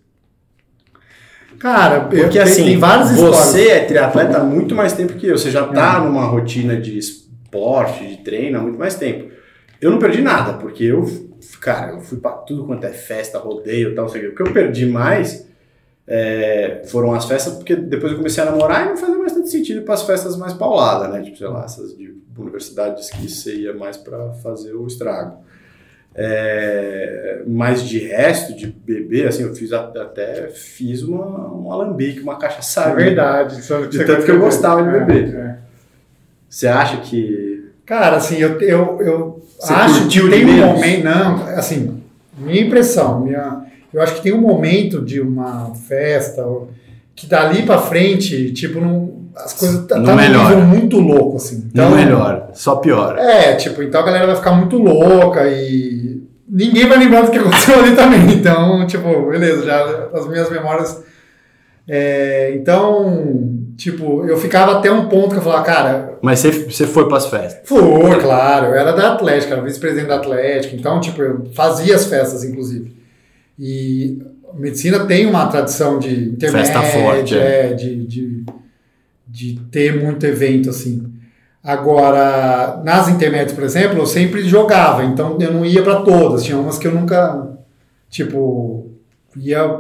Speaker 2: Cara, eu-
Speaker 1: Porque
Speaker 2: tem,
Speaker 1: assim,
Speaker 2: tem várias histórias. É.
Speaker 1: você é triatleta há muito mais tempo que eu. Você já tá numa rotina de esporte, de treino há muito mais tempo. Eu não perdi nada, porque eu, cara, eu fui pra tudo quanto é festa, rodeio e tal, não sei o que. O que eu perdi mais é, foram as festas, porque depois eu comecei a namorar e não fazia mais tanto sentido para as festas mais pauladas, né? Tipo, sei lá, essas de universidades que você ia mais para fazer o estrago. É, mas de resto, de beber, assim, eu fiz a- até fiz uma, um alambique, uma cachaça.
Speaker 2: É verdade. isso-
Speaker 1: De
Speaker 2: isso
Speaker 1: tanto que eu gostava de
Speaker 2: É,
Speaker 1: beber.
Speaker 2: é.
Speaker 1: Você acha que.
Speaker 2: Cara, assim, eu, eu, eu
Speaker 1: Você
Speaker 2: acho
Speaker 1: curtiu
Speaker 2: que
Speaker 1: de
Speaker 2: tem um
Speaker 1: menos?
Speaker 2: momento. Não, assim, minha impressão, minha, eu acho que tem um momento de uma festa ou- que dali pra frente, tipo, não, as coisas tá,
Speaker 1: Não
Speaker 2: tá num
Speaker 1: melhora.
Speaker 2: nível muito louco, assim. Então,
Speaker 1: melhora, tá só piora.
Speaker 2: É, tipo, então a galera vai ficar muito louca e ninguém vai lembrar do que aconteceu ali também. Então, tipo, beleza, já as minhas memórias. É, então, tipo, eu ficava até um ponto que eu falava, cara,
Speaker 1: Mas você, você foi pras festas.
Speaker 2: Foi, claro. Eu era da Atlética, era vice-presidente da Atlética. Então, tipo, eu fazia as festas, inclusive. E a medicina tem uma tradição de intermédio,
Speaker 1: Festa forte,
Speaker 2: é, de, de, de ter muito evento, assim. Agora, nas intermédias, por exemplo, eu sempre jogava. Então, eu não ia para todas. Tinha umas que eu nunca, tipo, ia...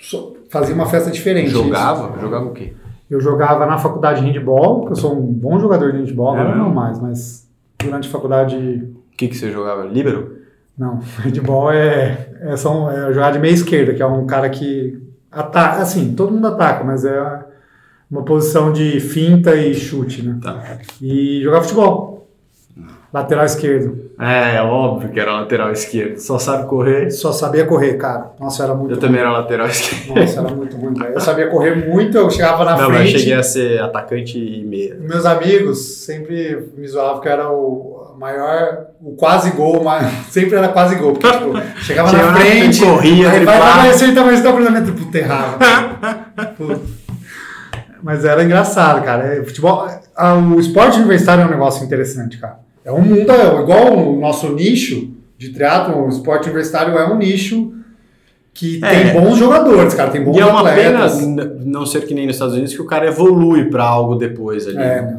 Speaker 2: só- Fazia uma festa diferente.
Speaker 1: Jogava? Jogava o quê?
Speaker 2: Eu jogava na faculdade de handball, porque eu sou um bom jogador de handball,
Speaker 1: É
Speaker 2: agora
Speaker 1: mesmo?
Speaker 2: não mais, mas durante a faculdade.
Speaker 1: O que, que você jogava? Líbero?
Speaker 2: Não, handball é, é, só, é jogar de meia esquerda, que é um cara que ataca. Assim, todo mundo ataca, mas é uma posição de finta e chute, né?
Speaker 1: Tá.
Speaker 2: E jogar futebol. Lateral esquerdo.
Speaker 1: É, óbvio que era lateral esquerdo. Só sabe correr.
Speaker 2: Só sabia correr, cara. Nossa, eu era muito
Speaker 1: Eu também era lateral esquerdo.
Speaker 2: ruim. Nossa, era muito ruim. velho. Eu sabia correr muito, eu chegava na
Speaker 1: Não, mas
Speaker 2: frente.
Speaker 1: eu cheguei a ser atacante e meia.
Speaker 2: Meus amigos sempre me zoavam que eu era o maior, o quase gol, mas sempre era quase gol. Porque, tipo, chegava
Speaker 1: Chegava
Speaker 2: na
Speaker 1: na
Speaker 2: frente,
Speaker 1: frente, corria,
Speaker 2: aí vai
Speaker 1: driblava.
Speaker 2: lá, esse aí tá mais dobramento, puta, errava. Puta. Mas era engraçado, cara. É, Futebol, ah, o esporte universitário é um negócio interessante, cara. É um mundo, é igual o nosso nicho de teatro, o esporte universitário é um nicho que
Speaker 1: É.
Speaker 2: tem bons jogadores, cara, tem bons
Speaker 1: E é uma pena
Speaker 2: atletas.
Speaker 1: n- não ser que nem nos Estados Unidos que o cara evolui pra algo depois ali.
Speaker 2: É, não,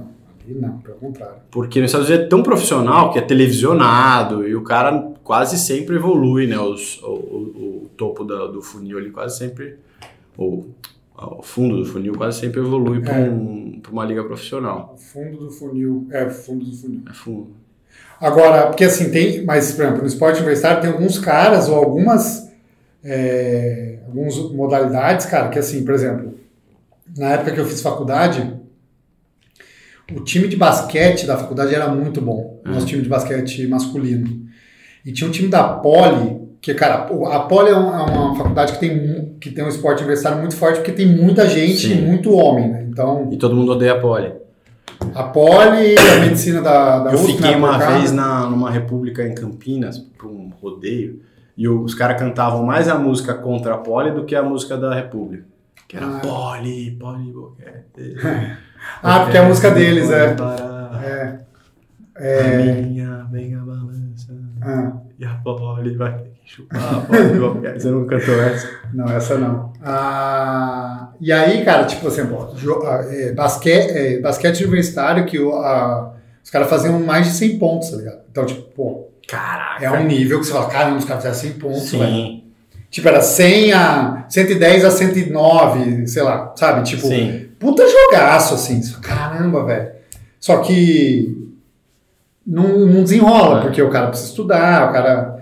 Speaker 2: ali não, pelo contrário.
Speaker 1: Porque nos Estados Unidos é tão profissional que é televisionado e o cara quase sempre evolui, né? Os- o, o- o topo da- do funil ele quase sempre. Ou ah, o fundo do funil quase sempre evolui pra
Speaker 2: É.
Speaker 1: um- pra uma liga profissional.
Speaker 2: Fundo do funil. É, fundo do funil.
Speaker 1: É fundo.
Speaker 2: Agora, porque assim, tem. Mas, por exemplo, no esporte universitário tem alguns caras ou algumas. é, algumas modalidades, cara, que assim, por exemplo, na época que eu fiz faculdade, o time de basquete da faculdade era muito bom. Nosso time de basquete masculino. E tinha um time da Poli, que, cara, o- a Poli é um- é uma faculdade que tem, mu- que tem um esporte universitário muito forte, porque tem muita gente
Speaker 1: Sim.
Speaker 2: e muito homem, né? Então.
Speaker 1: E todo mundo odeia a poli.
Speaker 2: A poli, a medicina da, da
Speaker 1: eu
Speaker 2: USP,
Speaker 1: fiquei
Speaker 2: né,
Speaker 1: uma
Speaker 2: por cá.
Speaker 1: vez na, numa república em Campinas, pra um rodeio, e o- os caras cantavam mais a música contra a poli do que a música da república. Que era
Speaker 2: Ah.
Speaker 1: poli, poli, boquete.
Speaker 2: Ah, porque é a música deles, é. É.
Speaker 1: É. A minha, vem a balança.
Speaker 2: Ah,
Speaker 1: E a poli vai. Chupar a bola de papel. Você não cantou essa?
Speaker 2: Não, essa não. Ah, e aí, cara, tipo, por exemplo, jo- ah, é, basque- é, basquete universitário que o- a- os caras faziam mais de 100 pontos, tá ligado? Então, tipo, pô,
Speaker 1: Caraca.
Speaker 2: é um nível que você fala, caramba, os caras fizeram 100 pontos, velho.
Speaker 1: Sim,
Speaker 2: Tipo, era 100 a 110 a 109, sei lá, sabe? Tipo,
Speaker 1: sim.
Speaker 2: puta jogaço, assim. Você fala, Caramba, velho. Só que não, não desenrola,
Speaker 1: É.
Speaker 2: porque o cara precisa estudar, o cara.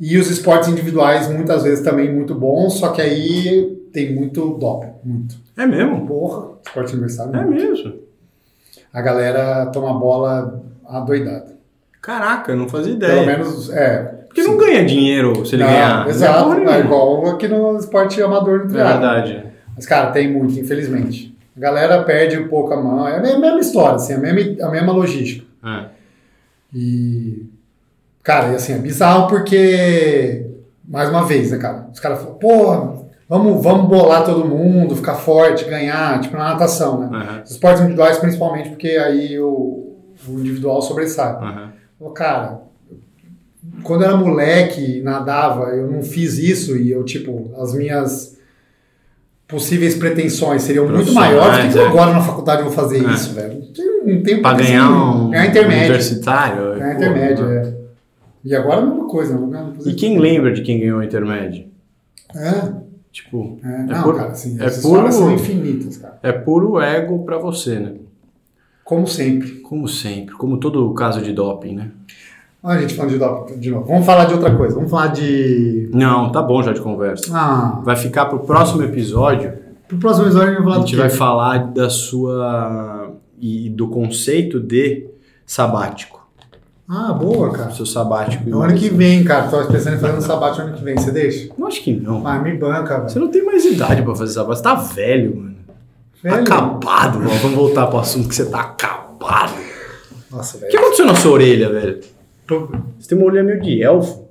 Speaker 2: E os esportes individuais, muitas vezes, também muito bons, só que aí tem muito doping, muito.
Speaker 1: É mesmo?
Speaker 2: Porra, esporte universitário.
Speaker 1: É
Speaker 2: muito.
Speaker 1: mesmo. É.
Speaker 2: A galera toma bola adoidada.
Speaker 1: Caraca, eu não fazia
Speaker 2: Pelo
Speaker 1: ideia.
Speaker 2: menos, é.
Speaker 1: Porque não ganha dinheiro se ele
Speaker 2: Não,
Speaker 1: ganhar.
Speaker 2: Exato,
Speaker 1: Não é porra
Speaker 2: é
Speaker 1: nenhuma.
Speaker 2: igual aqui no esporte amador
Speaker 1: É
Speaker 2: no triatlo.
Speaker 1: verdade.
Speaker 2: Mas, cara, tem muito, infelizmente. A galera perde um pouco a mão. É a mesma história, assim, a mesma, a mesma logística.
Speaker 1: É.
Speaker 2: E. Cara, e assim, é bizarro porque. Mais uma vez, né, cara? Os caras falam, porra, vamos, vamos bolar todo mundo, ficar forte, ganhar, tipo na natação, né?
Speaker 1: Aham,
Speaker 2: Os esportes individuais, principalmente, porque aí o, o individual sobressai.
Speaker 1: aham.
Speaker 2: Ô, cara, quando eu era moleque, e nadava, eu não fiz isso e eu, tipo, as minhas possíveis pretensões seriam muito
Speaker 1: Profissionais,
Speaker 2: maiores. Por que que
Speaker 1: é.
Speaker 2: eu agora na faculdade eu vou fazer
Speaker 1: É.
Speaker 2: isso, velho? Não tenho- Não tenho
Speaker 1: Pra
Speaker 2: pretensão
Speaker 1: ganhar
Speaker 2: nenhuma.
Speaker 1: um
Speaker 2: Ganhar É intermédio.
Speaker 1: universitário.
Speaker 2: Ganhar
Speaker 1: pô,
Speaker 2: É intermédio,
Speaker 1: né?
Speaker 2: é. E agora é a mesma coisa. Não ganho,
Speaker 1: E quem lembra de quem ganhou intermédio?
Speaker 2: É,
Speaker 1: Tipo,
Speaker 2: é,
Speaker 1: É
Speaker 2: não,
Speaker 1: puro-
Speaker 2: cara, assim,
Speaker 1: é
Speaker 2: as
Speaker 1: puro-
Speaker 2: histórias são infinitas, cara.
Speaker 1: é puro ego pra você, né?
Speaker 2: Como sempre.
Speaker 1: Como sempre, como todo caso de doping, né?
Speaker 2: Olha a gente falando de doping de novo. Vamos falar de outra coisa. Vamos falar de...
Speaker 1: Não, tá bom já de conversa.
Speaker 2: Ah,
Speaker 1: Vai ficar pro próximo episódio.
Speaker 2: pro próximo episódio eu vou
Speaker 1: A
Speaker 2: falar do
Speaker 1: gente
Speaker 2: quê?
Speaker 1: vai falar da sua e do conceito de sabático.
Speaker 2: Ah, boa, cara.
Speaker 1: Seu sabático.
Speaker 2: No ano que vem, cara. Tô pensando em fazer um sabático ano que vem. Você deixa?
Speaker 1: Não acho que não.
Speaker 2: Ah, me banca,
Speaker 1: Você
Speaker 2: velho.
Speaker 1: não tem mais idade pra fazer sabático. Você tá velho, mano. Tá
Speaker 2: Velho.
Speaker 1: acabado, mano. Vamos voltar pro assunto que você tá acabado.
Speaker 2: Nossa,
Speaker 1: O que
Speaker 2: velho.
Speaker 1: aconteceu na sua orelha, velho? Você tem uma orelha meio de elfo.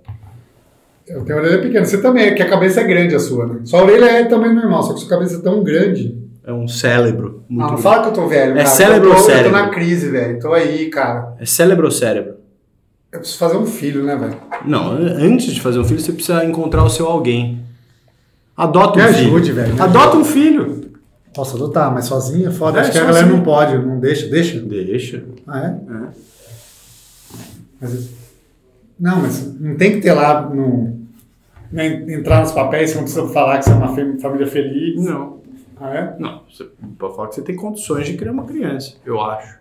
Speaker 2: Eu tenho a orelha pequena. Você também, porque a cabeça é grande a sua, né? Sua orelha é também normal, só que sua cabeça é tão grande.
Speaker 1: É um cérebro.
Speaker 2: Ah,
Speaker 1: Muito
Speaker 2: não fala que eu tô velho,
Speaker 1: É
Speaker 2: cara.
Speaker 1: cérebro
Speaker 2: eu tô,
Speaker 1: ou cérebro?
Speaker 2: Eu tô na crise, velho. Tô aí, cara.
Speaker 1: É cérebro ou cérebro?
Speaker 2: Eu preciso fazer um filho, né, velho?
Speaker 1: Não, an- antes de fazer um filho, você precisa encontrar o seu alguém. Adota um
Speaker 2: Me
Speaker 1: filho.
Speaker 2: ajude, velho, me
Speaker 1: Adota um filho.
Speaker 2: Posso adotar, mas sozinha é foda.
Speaker 1: É,
Speaker 2: Acho que a
Speaker 1: sozinho.
Speaker 2: galera não pode, não deixa, deixa.
Speaker 1: Deixa.
Speaker 2: Ah, é? Mas- não, mas não tem que ter lá no. nem Entrar nos papéis, você não precisa falar que você é uma fam- família feliz.
Speaker 1: Não.
Speaker 2: Ah, é?
Speaker 1: Não, você pode falar que você tem condições de criar uma criança, eu acho.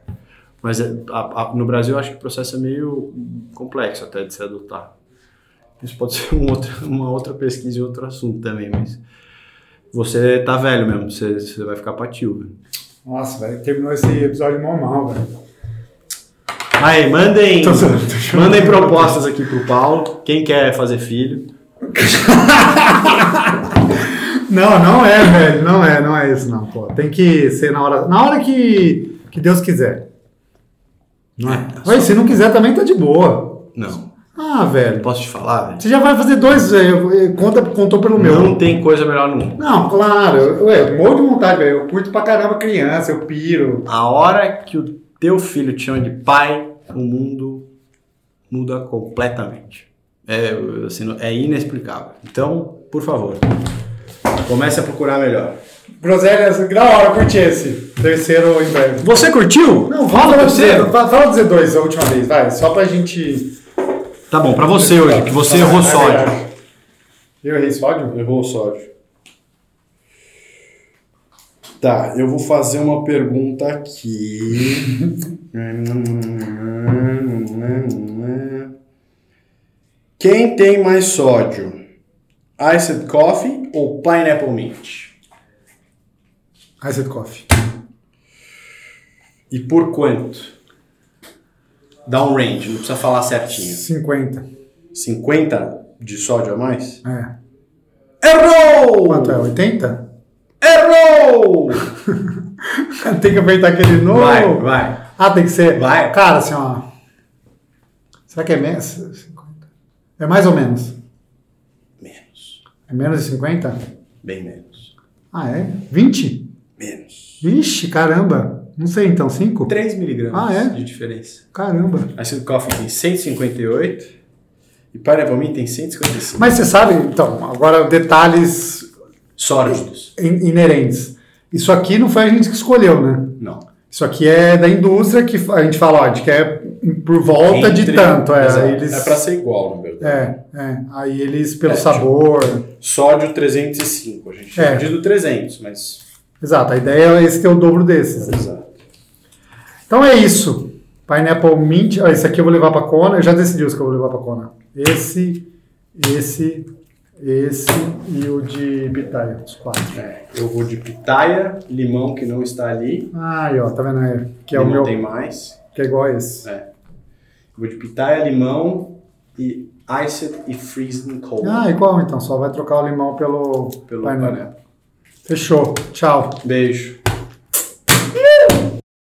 Speaker 1: Mas é, a- a- no Brasil eu acho que o processo é meio complexo até de se adotar. Isso pode ser um outro- uma outra pesquisa e outro assunto também, mas você tá velho mesmo, você, você vai ficar patil. velho.
Speaker 2: Nossa, velho, terminou esse episódio mal, mal, velho.
Speaker 1: Aí, mandem,
Speaker 2: Tô zoando, tô zoando.
Speaker 1: mandem propostas aqui pro Paulo. Quem quer fazer filho?
Speaker 2: Não, não é, velho, não é, não é isso, não, pô. Tem que ser na hora, na hora que, que Deus quiser. Não é? Oi, se não quiser também tá de boa.
Speaker 1: Não.
Speaker 2: Ah, velho,
Speaker 1: Posso te falar, velho?
Speaker 2: você já vai fazer dois, velho, eu- eu- conta, contou pelo
Speaker 1: Não
Speaker 2: meu.
Speaker 1: tem coisa melhor no mundo.
Speaker 2: Não, claro, eu, ué, eu morro de vontade, velho, eu curto pra caramba criança, eu piro.
Speaker 1: A hora que o teu filho te chama de pai, o mundo muda completamente. É, assim, não- é inexplicável. Então, por favor, comece a procurar melhor.
Speaker 2: Groselha, da hora, eu curti esse. Terceiro em breve.
Speaker 1: Você curtiu?
Speaker 2: Não, fala do Z,
Speaker 1: terceiro.
Speaker 2: fala do Z2 a última vez, vai, só pra gente...
Speaker 1: Tá bom, pra você hoje, que você errou sódio.
Speaker 2: Eu errei sódio?
Speaker 3: Errou o sódio. Tá, eu vou fazer uma pergunta aqui. Quem tem mais sódio? Iced Coffee ou Pineapple Mint?
Speaker 2: Iced é Coffee.
Speaker 3: E por quanto? Dá um range, não precisa falar certinho.
Speaker 2: 50.
Speaker 3: 50 de sódio a mais?
Speaker 2: É.
Speaker 3: Errou!
Speaker 2: Quanto é? 80?
Speaker 3: Errou!
Speaker 2: tem que apertar aquele novo.
Speaker 1: Vai, vai.
Speaker 2: Ah, tem que ser.
Speaker 3: Vai.
Speaker 2: Cara, assim, ó. Será que é menos? 50? É mais ou menos?
Speaker 3: Menos.
Speaker 2: É menos de 50?
Speaker 3: Bem menos.
Speaker 2: Ah, é? 20?
Speaker 3: Menos.
Speaker 2: Vixe, caramba. Não sei então, 5?
Speaker 3: 3 miligramas
Speaker 2: Ah, é?
Speaker 3: de diferença.
Speaker 2: Caramba.
Speaker 3: A Seed Coffee tem 158
Speaker 1: E para pra mim tem 155.
Speaker 2: Mas você sabe, então, agora detalhes
Speaker 1: Sórdidos.
Speaker 2: in- inerentes. Isso aqui não foi a gente que escolheu, né?
Speaker 1: Não.
Speaker 2: Isso aqui é da indústria que a gente fala, ó, a gente quer por volta de
Speaker 1: Entre-
Speaker 2: tanto. É,
Speaker 1: Exato.
Speaker 2: aí eles,
Speaker 1: É pra ser igual, na verdade.
Speaker 2: é, é. Aí eles, pelo
Speaker 1: É, tipo-
Speaker 2: sabor.
Speaker 1: Sódio 305. A gente tinha
Speaker 2: É.
Speaker 1: pedido 300, mas.
Speaker 2: Exato, a ideia é esse ter o dobro desses. né?
Speaker 1: Exato.
Speaker 2: Então é isso. Pineapple Mint. ó, esse aqui eu vou levar pra Kona. Eu já decidi os que eu vou levar pra Kona. Esse, esse, esse e o de pitaia. Os quatro.
Speaker 1: É, eu vou de pitaia, limão que não está ali,
Speaker 2: Aí, ó, tá vendo aí? Que é o
Speaker 1: limão
Speaker 2: meu,
Speaker 1: tem mais.
Speaker 2: que é igual a esse.
Speaker 1: Eu vou de pitaia, limão e iced e freezing cold.
Speaker 2: Ah, igual então. Só vai trocar o limão pelo,
Speaker 1: pelo
Speaker 2: pineapple.
Speaker 1: panela.
Speaker 2: Fechou. Tchau.
Speaker 1: Beijo.